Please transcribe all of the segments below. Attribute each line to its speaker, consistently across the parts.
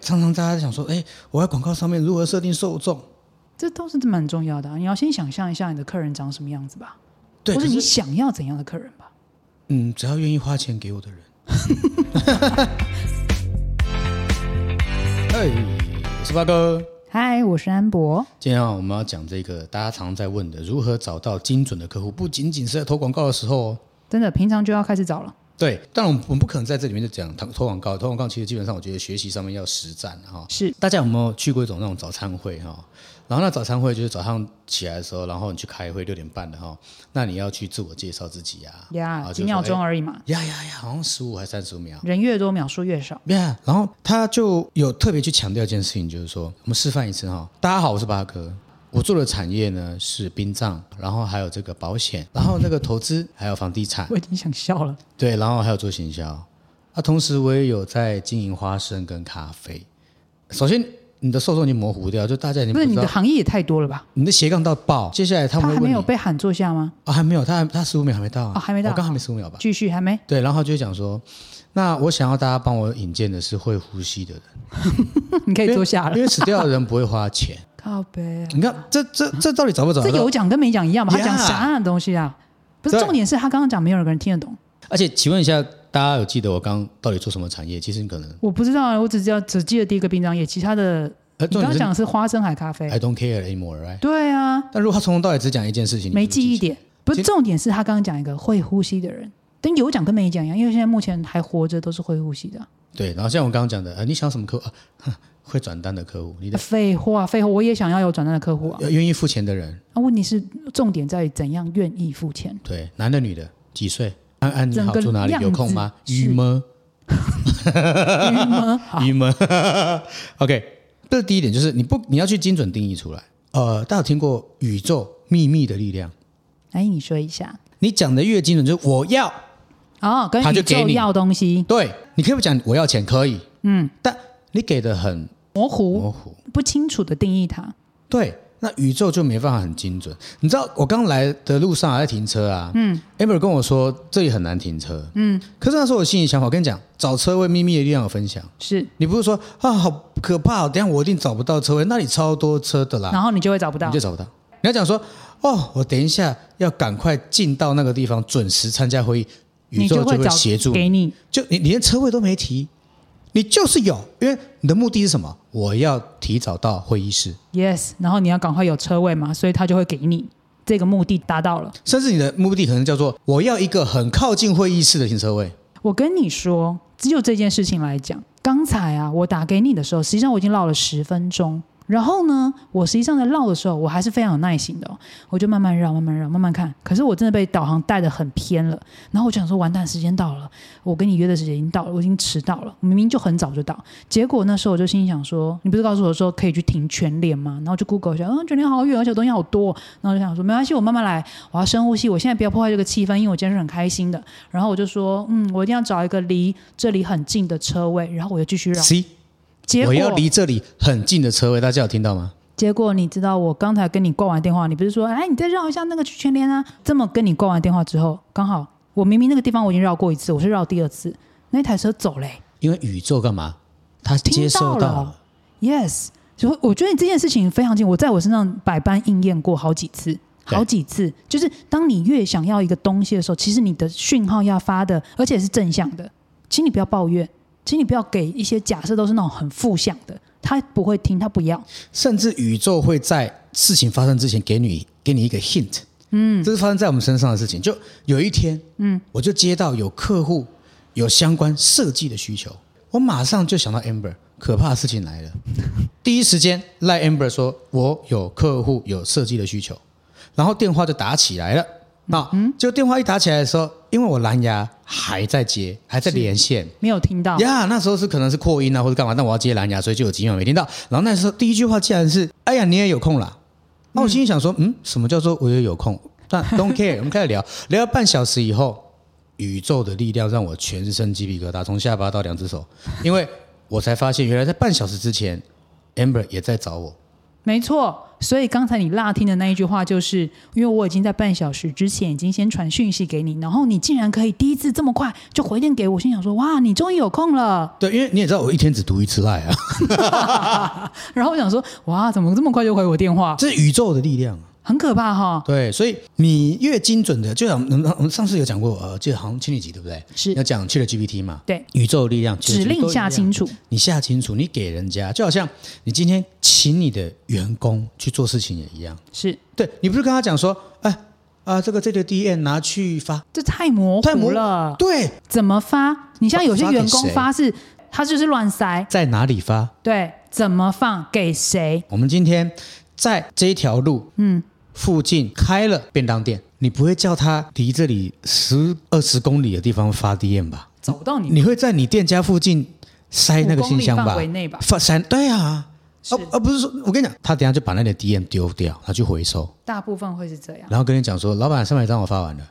Speaker 1: 常常大家想说，哎，我在广告上面如何设定受众？
Speaker 2: 这都是蛮重要的、啊。你要先想象一下你的客人长什么样子吧，
Speaker 1: 对，
Speaker 2: 或
Speaker 1: 可
Speaker 2: 是你
Speaker 1: 是
Speaker 2: 想要怎样的客人吧。
Speaker 1: 嗯，只要愿意花钱给 我的人。哎，我是八哥。
Speaker 2: 嗨，我是安博。
Speaker 1: 今天啊，我们要讲这个大家常在问的，如何找到精准的客户，不仅仅是在投广告的时候哦。
Speaker 2: 真的，平常就要开始找了。
Speaker 1: 对，但我们我们不可能在这里面就讲投投广告，投广告其实基本上我觉得学习上面要实战哈、
Speaker 2: 是，
Speaker 1: 大家有没有去过一种那种早餐会哈、然后那早餐会就是早上起来的时候，然后你去开会六点半的哈、那你要去自我介绍自己啊，
Speaker 2: 呀、
Speaker 1: 啊
Speaker 2: 几秒钟而已嘛，
Speaker 1: 呀呀呀，好像十五还三十五秒。
Speaker 2: 人越多秒数越少。
Speaker 1: 呀、然后他就有特别去强调一件事情，就是说，我们示范一次哈、大家好，我是巴哥，我做的产业呢是殡葬，然后还有这个保险，然后那个投资，还有房地产，
Speaker 2: 我已经想笑了。
Speaker 1: 对，然后还有做行销。啊，同时我也有在经营花生跟咖啡。首先，你的受众已经模糊掉，就大家已经
Speaker 2: 不是
Speaker 1: 知
Speaker 2: 你
Speaker 1: 道
Speaker 2: 的行业也太多了吧？
Speaker 1: 你的斜杠到爆。接下来他们
Speaker 2: 还
Speaker 1: 会问
Speaker 2: 没
Speaker 1: 你，
Speaker 2: 有被喊坐下吗？
Speaker 1: 啊、还没有，他还他十五秒还没到啊、
Speaker 2: 哦还没到
Speaker 1: 我刚还没十五秒吧？
Speaker 2: 继续，还没。
Speaker 1: 对，然后就会讲说，那我想要大家帮我引荐的是会呼吸的人，
Speaker 2: 你可以坐下
Speaker 1: 因
Speaker 2: 了。
Speaker 1: 为死掉的人不会花 钱。
Speaker 2: 靠背、啊，
Speaker 1: 你看，这这这到底找不找
Speaker 2: 这
Speaker 1: 得到
Speaker 2: 有？讲跟没讲一样吧？他讲
Speaker 1: Yeah
Speaker 2: 啥样的东西啊？不是
Speaker 1: 对
Speaker 2: 重点是他刚刚讲没有人听得懂。
Speaker 1: 而且，请问一下，大家有记得我刚刚到底做什么产业？其实你可能，
Speaker 2: 我不知道啊，我只知道只记得第一个殡葬业，其他的
Speaker 1: 呃，
Speaker 2: 你
Speaker 1: 重
Speaker 2: 刚
Speaker 1: 点
Speaker 2: 刚
Speaker 1: 是哎
Speaker 2: 讲的是花生海咖啡。
Speaker 1: I don't care anymore，、right?
Speaker 2: 对啊，
Speaker 1: 但如果他从头到尾只讲一件事情，你
Speaker 2: 没
Speaker 1: 就不记
Speaker 2: 记忆
Speaker 1: 起来
Speaker 2: 点。不是重点是他刚刚讲一个会呼吸的人，但有讲跟没讲一样，因为现在目前还活着都是会呼吸的啊。
Speaker 1: 对，然后像我刚刚讲的，呃，你想要什么客户、啊？哼会转单的客户，你的
Speaker 2: 废话，废话，我也想要有转单的客户啊。
Speaker 1: 呃愿意付钱的人，
Speaker 2: 那、问题是重点在于怎样愿意 付钱。
Speaker 1: 对，男的女的，几岁？安安你
Speaker 2: 整
Speaker 1: 好，
Speaker 2: 个
Speaker 1: 住哪里？
Speaker 2: 样
Speaker 1: 有空
Speaker 2: 子
Speaker 1: 吗？
Speaker 2: 是啊
Speaker 1: 郁闷，
Speaker 2: 郁闷嗯好
Speaker 1: 郁闷。OK，这是第一点，就是你不你要去精准定义出来。呃，大家有听过宇宙秘密的力量？
Speaker 2: 哎，你说一下
Speaker 1: 你讲的越精准，就是我要
Speaker 2: 哦，跟
Speaker 1: 他
Speaker 2: 宇
Speaker 1: 就给
Speaker 2: 宙
Speaker 1: 你
Speaker 2: 要东西，
Speaker 1: 对，你可以不讲我要钱可以，
Speaker 2: 嗯，
Speaker 1: 但你给的很
Speaker 2: 模糊
Speaker 1: 模糊，
Speaker 2: 不清楚的定义它。
Speaker 1: 对，那宇宙就没办法很精准。你知道我刚来的路上还在停车啊，嗯，amber 跟我说这里很难停车，嗯，可是那时候我心里想法，我跟你讲，找车位秘密的力量有分享。
Speaker 2: 是，
Speaker 1: 你不是说啊，好可怕、哦，等一下我一定找不到车位，那里超多车的啦，
Speaker 2: 然后你就会找不到
Speaker 1: 啊你就。找不到。你要讲说，哦，我等一下要赶快进到那个地方，准时参加会议，宇
Speaker 2: 你
Speaker 1: 宙
Speaker 2: 会
Speaker 1: 会
Speaker 2: 找
Speaker 1: 协助你
Speaker 2: 给你，
Speaker 1: 就你你连车位都没提，你就是有，因为你的目的是什么？我要提早到会议室，
Speaker 2: yes，然后你要赶快有车位嘛，所以他就会给你这个目的达到了。
Speaker 1: 甚至你的目的可能叫做我要一个很靠近会议室的停车位。
Speaker 2: 我跟你说，只有这件事情来讲，刚才啊，我打给你的时候，实际上我已经唠了十分钟。然后呢，我实际上在唠的时候，我还是非常有耐心的哦、我就慢慢绕，慢慢绕，慢慢看。可是我真的被导航带得很偏了，然后我就想说，完蛋，时间到了，我跟你约的时间已经到了，我已经迟到了，明明就很早就到。结果那时候我就心里想说，你不是告诉我说可以去停全联吗？然后就 Google 一下，嗯，全联好远，而且东西好多。然后我就想说，没关系，我慢慢来，我要深呼吸，我现在不要破坏这个气氛，因为我今天是很开心的。然后我就说，嗯，我一定要找一个离这里很近的车位，然后我就继续绕。
Speaker 1: C，
Speaker 2: 啊结
Speaker 1: 我要
Speaker 2: 果，
Speaker 1: 离这里很近的车位，大家有听到吗？
Speaker 2: 结果你知道，我刚才跟你挂完电话，你不是说，哎，你再绕一下那个去全联啊？这么跟你挂完电话之后，刚好我明明那个地方我已经绕过一次，我是绕第二次，那台车走嘞、
Speaker 1: 因为宇宙干嘛？他接受
Speaker 2: 听到了 Yes，所以我觉得这件事情非常近，我在我身上百般应验过好几次，
Speaker 1: 对
Speaker 2: 好几次。就是当你越想要一个东西的时候，其实你的讯号要发的，而且是正向的，请你不要抱怨，请你不要给一些假设都是那种很负向的，他不会听，他不要。
Speaker 1: 甚至宇宙会在事情发生之前给你给你一个 hint。嗯，这是发生在我们身上的事情。就有一天，嗯，我就接到有客户有相关设计的需求，我马上就想到 Amber，可怕的事情 来了。第一时间赖 Amber 说，我有客户有设计的需求，然后电话就打起来了。那、就电话一打起来的时候，因为我蓝牙还在接，还在连线，
Speaker 2: 没有听到
Speaker 1: 呀那时候是可能是扩音啊，或者干嘛，但我要接蓝牙，所以就有几秒没听到。然后那时候第一句话竟然是：“哎呀，你也有空啦。”那我心里想说：“嗯，什么叫做我也有空？”但 don't care，我们开始聊， 聊了半小时以后，宇宙的力量让我全身鸡皮疙瘩，从下巴到两只手，因为我才发现原来在半小时之前，Amber 也在找我。
Speaker 2: 没错，所以刚才你落听的那一句话，就是因为我已经在半小时之前已经先传讯息给你，然后你竟然可以第一次这么快就回电给我，心想说哇，你终于有空了。
Speaker 1: 对，因为你也知道我一天只读一次爱啊，
Speaker 2: 然后我想说哇，怎么这么快就回我电话，
Speaker 1: 这是宇宙的力量啊。
Speaker 2: 很可怕哈、
Speaker 1: 对，所以你越精准的，就像我们我们上次有讲过，呃，记得好像前几集对不对？
Speaker 2: 是
Speaker 1: 要讲 Chat GPT 嘛？
Speaker 2: 对，
Speaker 1: 宇宙力量，
Speaker 2: 指令下清
Speaker 1: 楚。
Speaker 2: 楚，
Speaker 1: 你下清楚，你给人家，就好像你今天请你的员工去做事情也一样。
Speaker 2: 是
Speaker 1: 对你不是跟他讲说，哎啊，这个这个 DM 拿去发，
Speaker 2: 这太模
Speaker 1: 太模
Speaker 2: 糊
Speaker 1: 糊
Speaker 2: 了，
Speaker 1: 对，
Speaker 2: 怎么发？你像有些
Speaker 1: 发给
Speaker 2: 员工
Speaker 1: 谁
Speaker 2: 发是，他就是乱塞，
Speaker 1: 在哪里发？
Speaker 2: 对，怎么放给谁？
Speaker 1: 我们今天在这一条路，嗯，附近开了便当店，你不会叫他离这里十二十公里的地方发 DM 吧？
Speaker 2: 走到你
Speaker 1: 你会在你店家附近塞那个信箱
Speaker 2: 五
Speaker 1: 吧
Speaker 2: 公里范围？内吧？
Speaker 1: 发塞对啊，
Speaker 2: 是
Speaker 1: 而而、不是说，我跟你讲，他等一下就把那里的 DM 丢掉，他去回收。
Speaker 2: 大部分会是这样。
Speaker 1: 然后跟你讲说，老板三百张我发完了，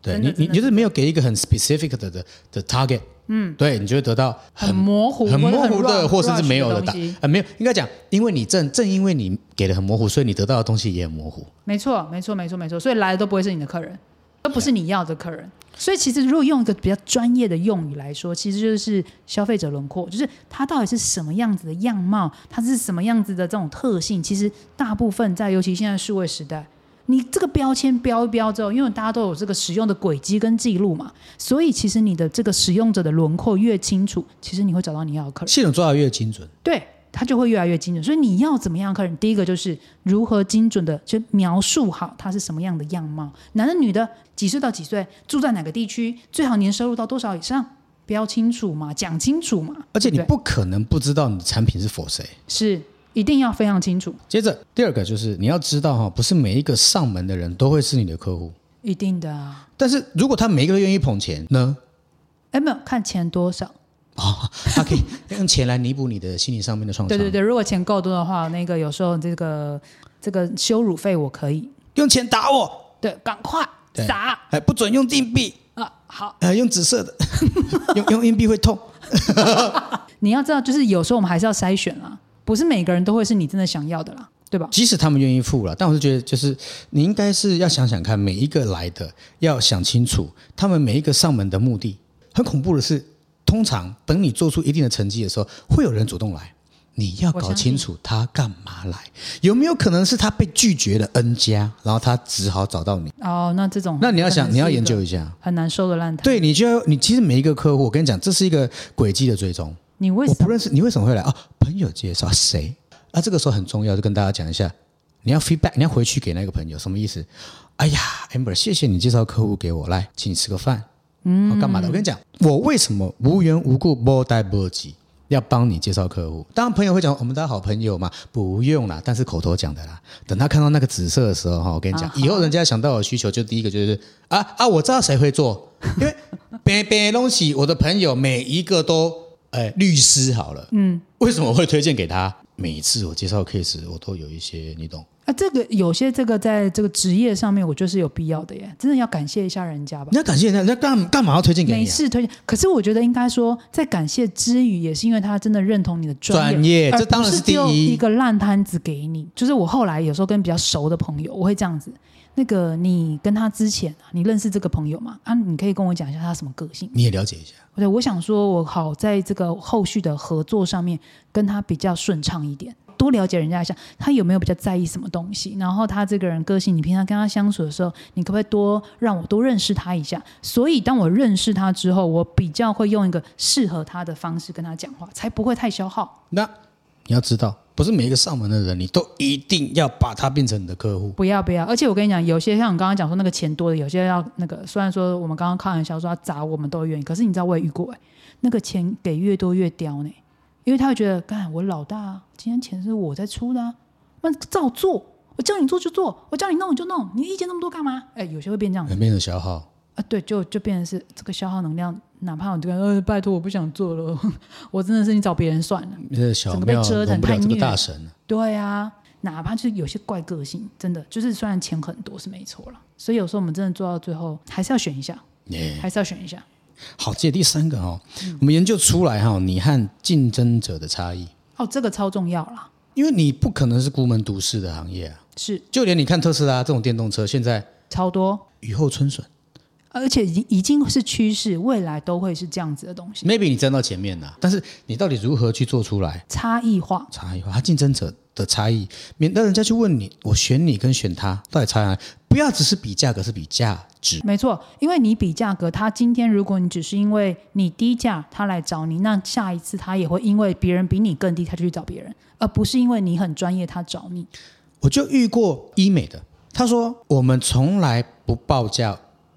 Speaker 1: 对
Speaker 2: 真的
Speaker 1: 你你
Speaker 2: 真的
Speaker 1: 你就是没有给一个很 specific 的的的 target，嗯，对，你就会得到
Speaker 2: 很模糊、
Speaker 1: 很模糊的，
Speaker 2: 或
Speaker 1: 或
Speaker 2: 者
Speaker 1: 甚
Speaker 2: 很
Speaker 1: 至没有
Speaker 2: rush
Speaker 1: 的
Speaker 2: 的
Speaker 1: 答
Speaker 2: 东西
Speaker 1: 呃，没有，应该讲，因为你正正因为你给的很模糊，所以你得到的东西也很模糊。
Speaker 2: 没错，没错，没错，没错。所以来的都不会是你的客人，都不是你要的客人。所以其实如果用一个比较专业的用语来说，其实就是消费者轮廓，就是他到底是什么样子的样貌，他是什么样子的这种特性。其实大部分在尤其现在数位时代。你这个标签标一标之后，因为大家都有这个使用的轨迹跟记录嘛，所以其实你的这个使用者的轮廓越清楚，其实你会找到你要的客人。
Speaker 1: 系统做到越精准，
Speaker 2: 对，它就会越来越精准。所以你要怎么样客人？第一个就是如何精准的就描述好他是什么样的样貌，男的女的，几岁到几岁，住在哪个地区，最好年收入到多少以上，标清楚嘛，讲清楚嘛。
Speaker 1: 而且你
Speaker 2: 对
Speaker 1: 不可能不知道你的产品是否谁。
Speaker 2: 是一定要非常清楚，
Speaker 1: 接着第二个就是你要知道哈，不是每一个上门的人都会是你的客户，
Speaker 2: 一定的啊。
Speaker 1: 但是如果他每一个都愿意捧钱呢，
Speaker 2: 哎，没有看钱多少，
Speaker 1: 他可以用钱来弥补你的心理上面的创伤。
Speaker 2: 嗯对对对，如果钱够多的话，那个有时候这个这个羞辱费我可以，
Speaker 1: 用钱打我，
Speaker 2: 对，赶快
Speaker 1: 对
Speaker 2: 砸
Speaker 1: 哎，不准用硬币，
Speaker 2: 啊，好。
Speaker 1: 呃，用紫色的， 用用硬币会痛。
Speaker 2: 你要知道，就是有时候我们还是要筛选啦，不是每个人都会是你真的想要的啦，对吧？
Speaker 1: 即使他们愿意付了，但我是觉得，就是你应该是要想想看，每一个来的要想清楚，他们每一个上门的目的。很恐怖的是，通常等你做出一定的成绩的时候，会有人主动来。你要
Speaker 2: 我
Speaker 1: 搞
Speaker 2: 相信
Speaker 1: 清楚他干嘛来，有没有可能是他被拒绝了 N 家，然后他只好找到你？
Speaker 2: 哦，那这种
Speaker 1: 那你要
Speaker 2: 可
Speaker 1: 想，
Speaker 2: 能
Speaker 1: 你要
Speaker 2: 是一
Speaker 1: 研
Speaker 2: 个
Speaker 1: 究一下。
Speaker 2: 很难收的烂摊。，
Speaker 1: 对你就要你其实每一个客户，我跟你讲，这是一个轨迹的追踪。
Speaker 2: 你为
Speaker 1: 我
Speaker 2: 什
Speaker 1: 不
Speaker 2: 么？
Speaker 1: 认识你为什么会来啊？朋友介绍谁？啊，这个时候很重要，就跟大家讲一下，你要 feedback，你要回去给那个朋友，什么意思？哎呀，amber，谢谢你介绍客户给我，来，请你吃个饭，嗯，干嘛的？我跟你讲，我为什么无缘无故波带波及要帮你介绍客户？当然，朋友会讲我们都是好朋友嘛，不用啦，但是口头讲的啦。等他看到那个紫色的时候，哈，我跟你讲
Speaker 2: 啊，好
Speaker 1: 以后人家想到我需求，就第一个就是啊啊，我知道谁会做，因为别别东西，我的朋友每一个都。哎，律师好了，嗯，为什么我会推荐给他？每一次我介绍 case，我都有一些，你懂，
Speaker 2: 啊，这个有些这个在这个职业上面，我觉得是有必要的耶，真的要感谢一下人家吧
Speaker 1: 你。要感谢人家，人家干干嘛要推荐给
Speaker 2: 每
Speaker 1: 你、啊？
Speaker 2: 次推荐，可是我觉得应该说，在感谢之余，也是因为他真的认同你的专
Speaker 1: 专业
Speaker 2: 而
Speaker 1: 这当然
Speaker 2: 不是
Speaker 1: 是第
Speaker 2: 丢
Speaker 1: 一
Speaker 2: 一个烂摊子给你。就是我后来有时候跟比较熟的朋友，我会这样子。那个你跟他之前，啊你认识这个朋友吗？啊，你可以跟我讲一下他什么个性。
Speaker 1: 你也了解一下，
Speaker 2: 对，我想说，我好在这个后续的合作上面跟他比较顺畅一点，多了解人家一下，他有没有比较在意什么东西，然后他这个人个性，你平常跟他相处的时候，你可不可以多让我多认识他一下？所以当我认识他之后，我比较会用一个适合他的方式跟他讲话，才不会太消耗。
Speaker 1: 那你要知道，不是每一个上门的人，你都一定要把他变成你的客户。
Speaker 2: 不要不要，而且我跟你讲，有些像你刚刚讲说那个钱多的，有些要那个，虽然说我们刚刚开玩笑说要砸我们都愿意，可是你知道我也遇过、欸，那个钱给越多越刁呢、因为他会觉得，干我老大、啊，今天钱是我在出的、啊，那照做，我叫你做就做，我叫你弄你就弄，你意见那么多干嘛？哎、有些会变这样子
Speaker 1: 人变成消耗，
Speaker 2: 啊，对，就就变成是这个消耗能量，哪怕我这个呃，拜托我不想做了， 我真的是你找别人算了。
Speaker 1: 这小
Speaker 2: 整个被
Speaker 1: 庙
Speaker 2: 折腾
Speaker 1: 容不了
Speaker 2: 太
Speaker 1: 这个
Speaker 2: 虐
Speaker 1: 大神。
Speaker 2: 对啊，哪怕就是有些怪个性，真的就是虽然钱很多是没错了，所以有时候我们真的做到最后还是要选一下，
Speaker 1: 耶、
Speaker 2: 还是要选一下。
Speaker 1: 哎好，接着第三个哦，我们研究出来哈、你和竞争者的差异，
Speaker 2: 哦，这个超重要啦，
Speaker 1: 因为你不可能是孤门独市的行业啊，
Speaker 2: 是
Speaker 1: 就连你看特斯拉这种电动车，现在
Speaker 2: 超多，
Speaker 1: 雨后春笋
Speaker 2: 而且已经已经是趋势，未来都会是这样子的东西，
Speaker 1: ，maybe 你站到前面了，但是你到底如何去做出来
Speaker 2: 差异化。
Speaker 1: 差异化？它竞争者的差异，免得人家去问你，我选你跟选他到底差在哪里？不要只是比价格，是比价值。
Speaker 2: 没错，因为你比价格，他今天如果你只是因为你低价，他来找你，那下一次他也会因为别人比你更低，他就去找别人，而不是因为你很专业，他找你。
Speaker 1: 我就遇过医美的，他说我们从来不报价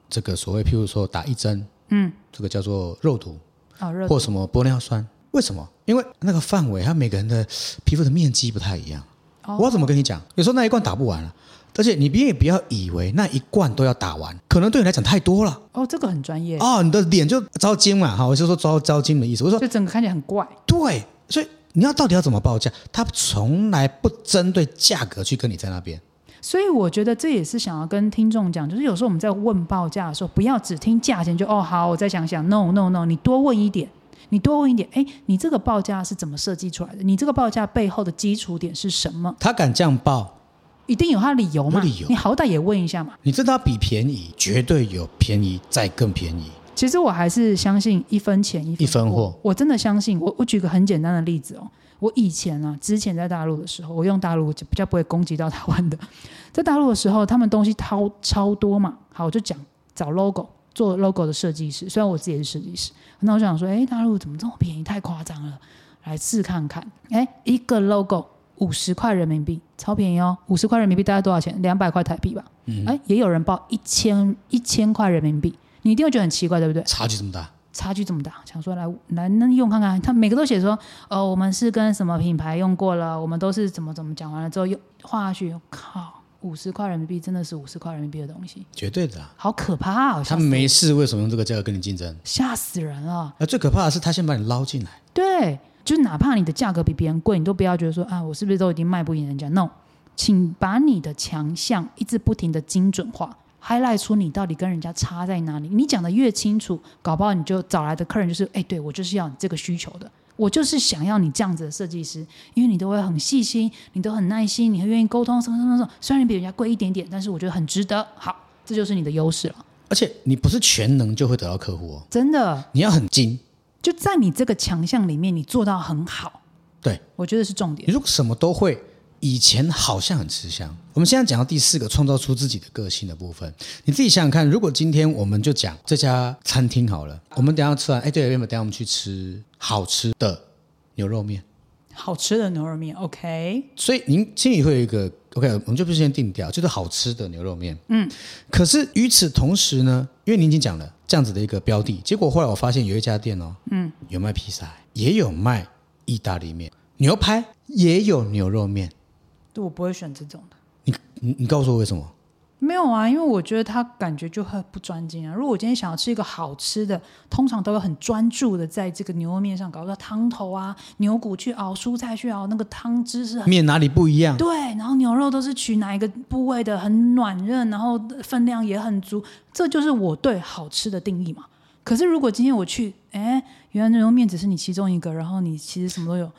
Speaker 1: 这个所谓，譬如说打一针，嗯，这个叫做肉毒
Speaker 2: 啊，热
Speaker 1: 或什么玻尿酸，为什么？因为那个范围，它每个人的皮肤的面积不太一样。
Speaker 2: 哦
Speaker 1: 我要怎么跟你讲？有时候那一罐打不完了、而且你别也不要以为那一罐都要打完，可能对你来讲太多了
Speaker 2: 哦，这个很专业，
Speaker 1: 哦，你的脸就招筋嘛，哈，我就说招招筋的意思。我说
Speaker 2: 就整个看起来很怪。
Speaker 1: 对，所以你要到底要怎么报价？他从来不针对价格去跟你在那边。
Speaker 2: 所以我觉得这也是想要跟听众讲，就是有时候我们在问报价的时候，不要只听价钱就哦好，我再想想，no no no，你多问一点，你多问一点，哎，你这个报价是怎么设计出来的？你这个报价背后的基础点是什么？
Speaker 1: 他敢这样报，
Speaker 2: 一定有它的理由嘛？
Speaker 1: 有理由
Speaker 2: 你好歹也问一下嘛。
Speaker 1: 你知道比便宜绝对有便宜再更便宜。
Speaker 2: 其实我还是相信一分钱一分
Speaker 1: 一分货
Speaker 2: 我真的相信。我我举个很简单的例子哦，我以前啊，之前在大陆的时候，我用大陆就比较不会攻击到台湾的。 在大陆的时候，他们东西超超多嘛。好，我就讲找 logo 做 logo 的设计师，虽然我自己也是设计师，那我就想说，哎，大陆怎么这么便宜？太夸张了，来试看看。哎，一个 logo 五十块人民币，超便宜哦，五十块人民币大概多少钱？两百块台币吧。
Speaker 1: 嗯
Speaker 2: 哎、也有人报一千一千块人民币，你一定会觉得很奇怪，对不对？
Speaker 1: 差距这么大，
Speaker 2: 差距这么大，想说来来那用看看，他每个都写说，呃，我们是跟什么品牌用过了，我们都是怎么怎么讲完了之后又画下去，靠，五十块人民币真的是五十块人民币的东西，
Speaker 1: 绝对的啊、
Speaker 2: 好可怕哦！
Speaker 1: 他
Speaker 2: 吓死
Speaker 1: 没事，为什么用这个价格跟你竞争？
Speaker 2: 吓死人了，
Speaker 1: 那最可怕的是，他先把你捞进来，
Speaker 2: 对，就是哪怕你的价格比别人贵，你都不要觉得说啊，我是不是都已经卖不赢人家？No，请把你的强项一直不停的精准化。highlight 出你到底跟人家差在哪里，你讲的越清楚，搞不好你就找来的客人就是，哎，对我就是要你这个需求的，我就是想要你这样子的设计师，因为你都会很细心，你都很耐心，你会愿意沟通，什么什么什么，虽然你比人家贵一点点，但是我觉得很值得。好，这就是你的优势了，
Speaker 1: 而且你不是全能就会得到客户哦，
Speaker 2: 真的，
Speaker 1: 你要很精。
Speaker 2: 就在你这个强项里面，你做到很好，
Speaker 1: 对
Speaker 2: 我觉得是重点
Speaker 1: 你。如果什么都会，以前好像很吃香。我们现在讲到第四个，创造出自己的个性的部分。你自己想想看，如果今天我们就讲这家餐厅好了，我们等一下吃完，哎，对，原本等一下我们去吃好吃的牛肉面。
Speaker 2: 好吃的牛肉面，OK，
Speaker 1: 所以您心里会有一个 OK，我们就不先定掉，就是好吃的牛肉面。嗯，可是与此同时呢，因为您已经讲了这样子的一个标的，结果后来我发现有一家店哦，嗯，有卖披萨，也有卖意大利面、牛排，也有牛肉面。
Speaker 2: 对我不会选这种的。
Speaker 1: 你你你告诉我为什么？
Speaker 2: 没有啊，因为我觉得他感觉就很不专精啊。如果我今天想要吃一个好吃的，通常都会很专注的在这个牛肉面上搞到汤头啊、牛骨去熬、蔬菜去熬，那个汤汁是很
Speaker 1: 面哪里不一样？
Speaker 2: 嗯对，然后牛肉都是取哪一个部位的，很暖润，然后分量也很足，这就是我对好吃的定义嘛。可是如果今天我去，哎，原来牛肉面只是你其中一个，然后你其实什么都有，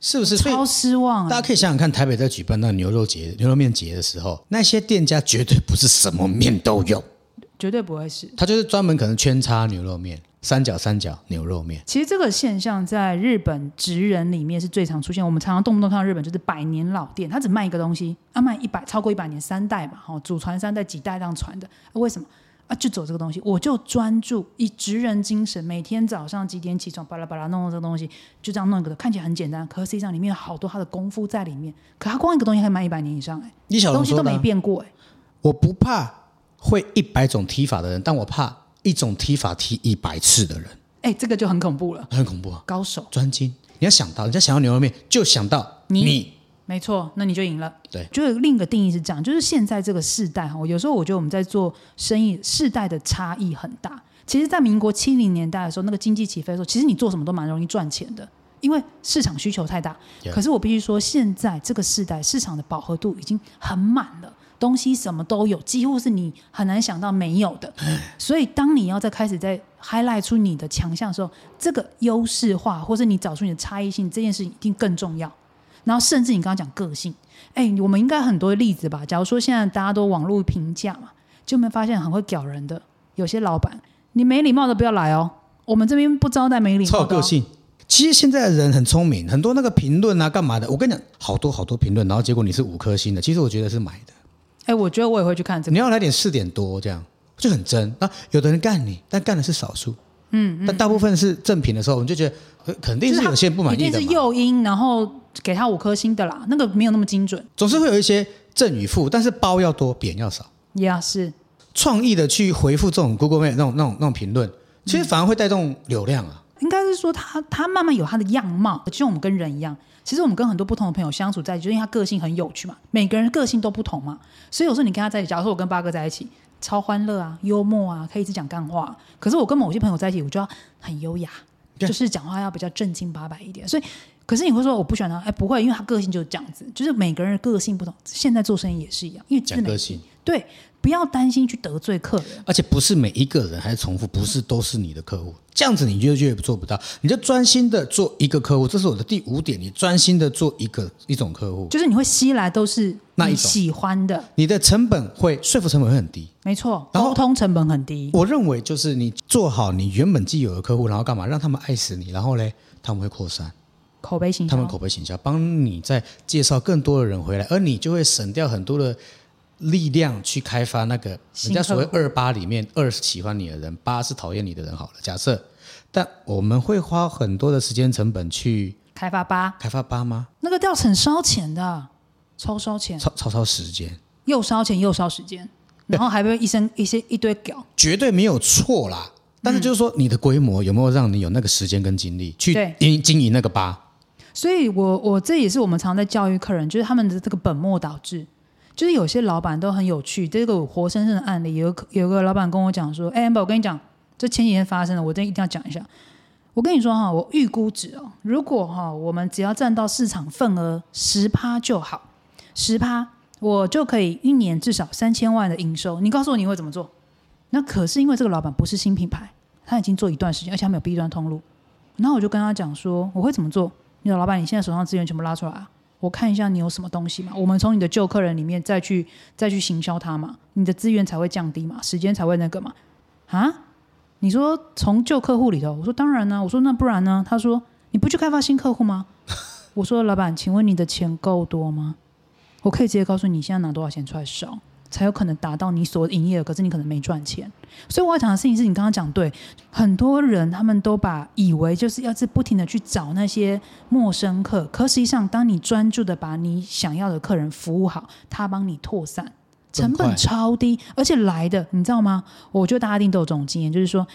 Speaker 1: 是不是？所以
Speaker 2: 超失望、啊。
Speaker 1: 大家可以想想看，台北在举办那个牛肉节、牛肉面节的时候，那些店家绝对不是什么面都有，
Speaker 2: 嗯绝对不会是。
Speaker 1: 他就是专门可能圈叉牛肉面、三角三角牛肉面。
Speaker 2: 其实这个现象在日本职人里面是最常出现，我们常常动不动看到日本就是百年老店，他只卖一个东西，啊卖一百超过一百年三代嘛，哈、祖传三代几代这样传的，啊为什么？啊，就走这个东西，我就专注以职人精神，每天早上几点起床，巴拉巴拉弄弄这个东西，就这样弄一个，看起来很简单，可是实际上里面有好多他的功夫在里面。可他光一个东西可以卖一百年以上、哎，
Speaker 1: 李小
Speaker 2: 东
Speaker 1: 龙
Speaker 2: 西
Speaker 1: 说
Speaker 2: 都
Speaker 1: 的啊、
Speaker 2: 没变过、哎，
Speaker 1: 我不怕会一百种踢法的人，但我怕一种踢法踢一百次的人，
Speaker 2: 哎，这个就很恐怖了，
Speaker 1: 很恐怖啊！
Speaker 2: 高手，
Speaker 1: 专精，你要想到人家想要牛肉面，就想到
Speaker 2: 你
Speaker 1: 你，
Speaker 2: 没错，那你就赢了。
Speaker 1: 对，
Speaker 2: 就是另一个定义是这样，就是现在这个世代哈，有时候我觉得我们在做生意，世代的差异很大。其实，在民国七零年代的时候，那个经济起飞的时候，其实你做什么都蛮容易赚钱的，因为市场需求太大。
Speaker 1: Yeah
Speaker 2: 可是我必须说，现在这个世代市场的饱和度已经很满了，东西什么都有，几乎是你很难想到没有 的。所以，当你要再开始在 highlight 出你的强项的时候，这个优势化，或是你找出你的差异性，这件事情一定更重要。然后甚至你刚刚讲个性，哎，我们应该很多例子吧？假如说现在大家都网络评价嘛，就没发现很会屌人的有些老板，你没礼貌的不要来哦，我们这边不招待没礼
Speaker 1: 超
Speaker 2: 貌
Speaker 1: 有
Speaker 2: 的、
Speaker 1: 个
Speaker 2: 哦。
Speaker 1: 性。其实现在的人很聪明，很多那个评论啊，干嘛的？我跟你讲，好多好多评论，然后结果你是五颗星的，其实我觉得是买的。
Speaker 2: 哎，我觉得我也会去看这个
Speaker 1: 你。要来点四点多这样，就很真。那有的人干你，但干的是少数。嗯，但大部分是正品的时候，我们就觉得呃肯定
Speaker 2: 就是他
Speaker 1: 有些不满意
Speaker 2: 一
Speaker 1: 的
Speaker 2: 定
Speaker 1: 嘛
Speaker 2: 是。诱因，然后给他五颗星的啦，那个没有那么精准。
Speaker 1: 总是会有一些正与负，但是褒要多，贬要少。
Speaker 2: 呀、是，
Speaker 1: 创意的去回复这种 Google Map 那种那种那种评论，其实反而会带动流量啊。
Speaker 2: 应该是说他他慢慢有他的样貌，就像我们跟人一样。其实我们跟很多不同的朋友相处在一起，就因为他个性很有趣嘛，每个人个性都不同嘛，所以有时候你跟他在一起，假如说我跟八哥在一起，超欢乐啊，幽默啊，可以一直讲干话、可是我跟某些朋友在一起，我就要很优雅，
Speaker 1: 对
Speaker 2: 就是讲话要比较正经八百一点。所以，可是你会说我不喜欢他，哎，不会，因为他个性就是这样子，就是每个人的个性不同。现在做生意也是一样，因为自
Speaker 1: 讲
Speaker 2: 媒
Speaker 1: 个性，
Speaker 2: 对，不要担心去得罪客人。
Speaker 1: 而且不是每一个人，还是重复，不是都是你的客户，这样子你就越做不到，你就专心的做一个客户，这是我的第五点，你专心的做一个一种客户，
Speaker 2: 就是你会吸来都是
Speaker 1: 那一
Speaker 2: 你
Speaker 1: 种
Speaker 2: 喜欢的，
Speaker 1: 你的成本会说服成本会很低。
Speaker 2: 没错，
Speaker 1: 然后
Speaker 2: 沟通成本很低。
Speaker 1: 我认为就是你做好你原本既有的客户，然后干嘛让他们爱死你，然后嘞他们会扩散，
Speaker 2: 口碑形
Speaker 1: 他们
Speaker 2: 象，
Speaker 1: 口碑形象，帮你再介绍更多的人回来，而你就会省掉很多的力量去开发那个人
Speaker 2: 新
Speaker 1: 家
Speaker 2: 客户
Speaker 1: 所谓二八里面二是喜欢你的人，八是讨厌你的人。好了，假设，但我们会花很多的时间成本去
Speaker 2: 开发吧，
Speaker 1: 开发八吗？
Speaker 2: 那个要很烧钱的，超烧钱，
Speaker 1: 超超超时间，
Speaker 2: 又烧钱又烧时间，然后还被一身一些一堆屌，
Speaker 1: 绝对没有错啦。但是就是说，你的规模有没有让你有那个时间跟精力去
Speaker 2: 对
Speaker 1: 经经营那个八？
Speaker 2: 所以我我这也是我们常在教育客人，就是他们的这个本末倒置。就是有些老板都很有趣，这个我活生生的案例，有个有个老板跟我讲说：“哎、a m b e r 我跟你讲，这前几天发生的，我真一定要讲一下。我跟你说哈，我预估值哦，如果哈我们只要占到市场份额十趴就好，十趴我就可以一年至少三千万的营收。你告诉我你会怎么做？那可是因为这个老板不是新品牌，他已经做一段时间，而且他没有 B 端通路。然后我就跟他讲说，我会怎么做？你说老板，你现在手上资源全部拉出来啊，我看一下你有什么东西嘛，我们从你的旧客人里面再去再去行销它嘛，你的资源才会降低嘛，时间才会那个嘛。啊，你说从旧客户里头，我说当然呢、啊我说那不然呢？他说你不去开发新客户吗？我说老板，请问你的钱够多吗？我可以直接告诉你，现在拿多少钱出来烧，才有可能达到你所营业额，可是你可能没赚钱。所以我要讲的事情是你刚刚讲对，很多人他们都把以为就是要是不停的去找那些陌生客，可实际上，当你专注的把你想要的客人服务好，他帮你扩散，
Speaker 1: 更
Speaker 2: 成
Speaker 1: 快
Speaker 2: 本超低，而且来的你知道吗？我觉得大家一定都有这种经验，就是说。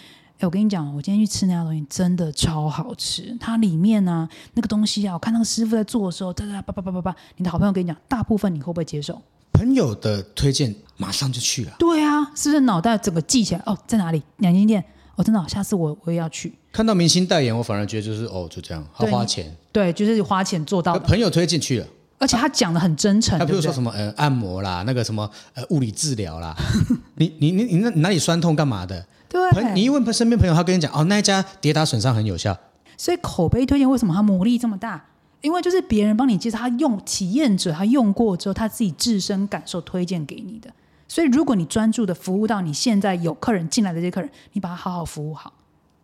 Speaker 2: 哎，我跟你讲，我今天去吃那家东西真的超好吃。它里面呢、那个东西啊，我看那个师傅在做的时候，哒哒叭叭叭叭叭，你的好朋友跟你讲，大部分你会不会接受？
Speaker 1: 朋友的推荐马上就去了，
Speaker 2: 对啊，是不是脑袋整个记起来？哦，在哪里？两间店。哦，真的哦、下次我我也要去。
Speaker 1: 看到明星代言，我反而觉得就是哦，就这样，好
Speaker 2: 对
Speaker 1: 花
Speaker 2: 你
Speaker 1: 钱。
Speaker 2: 对，就是花钱做到
Speaker 1: 呃
Speaker 2: 的，
Speaker 1: 朋友推荐去了，
Speaker 2: 而且他讲的很真诚，
Speaker 1: 他比
Speaker 2: 对
Speaker 1: 如
Speaker 2: 不
Speaker 1: 说
Speaker 2: 对？
Speaker 1: 什么呃按摩啦，那个什么呃物理治疗啦， 你你你你那你哪里酸痛干嘛的？朋你
Speaker 2: 对，
Speaker 1: 一问身边朋友，他跟你讲哦那一家跌打损伤很有效，
Speaker 2: 所以口碑推荐为什么它魔力这么大？因为就是别人帮你介绍，他用体验者他用过之后，他自己自身感受推荐给你的。所以如果你专注的服务到你现在有客人进来的这些客人，你把他好好服务好，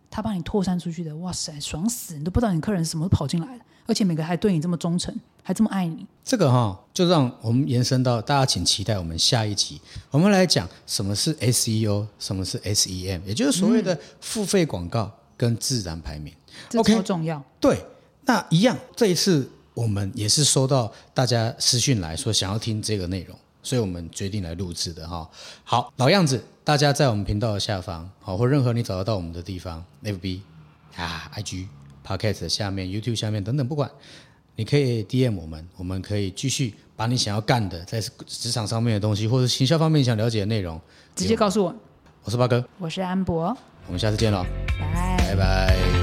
Speaker 2: 他帮你拓散出去的，哇塞，爽死！你都不知道你客人是什么时候跑进来的，而且每个还对你这么忠诚，还这么爱你。
Speaker 1: 这个哈、就让我们延伸到大家，请期待我们下一集，我们来讲什么是 SEO，什么是 SEM，也就是所谓
Speaker 2: 嗯
Speaker 1: 的付费广告跟自然排名。
Speaker 2: 这
Speaker 1: OK
Speaker 2: 超重要。
Speaker 1: 对，那一样，这一次我们也是收到大家私讯来说想要听这个内容，所以我们决定来录制的哈。好，老样子，大家在我们频道的下方，好，或任何你找得到我们的地方，FB 啊、IG、Podcast 的下面、YouTube 下面等等，不管。你可以 DM 我们，我们可以继续把你想要干的，在职场上面的东西，或者行销方面想了解的内容。
Speaker 2: 直接告诉我，
Speaker 1: 我是八哥，
Speaker 2: 我是安博，
Speaker 1: 我们下次见喽，
Speaker 2: 拜。
Speaker 1: 拜拜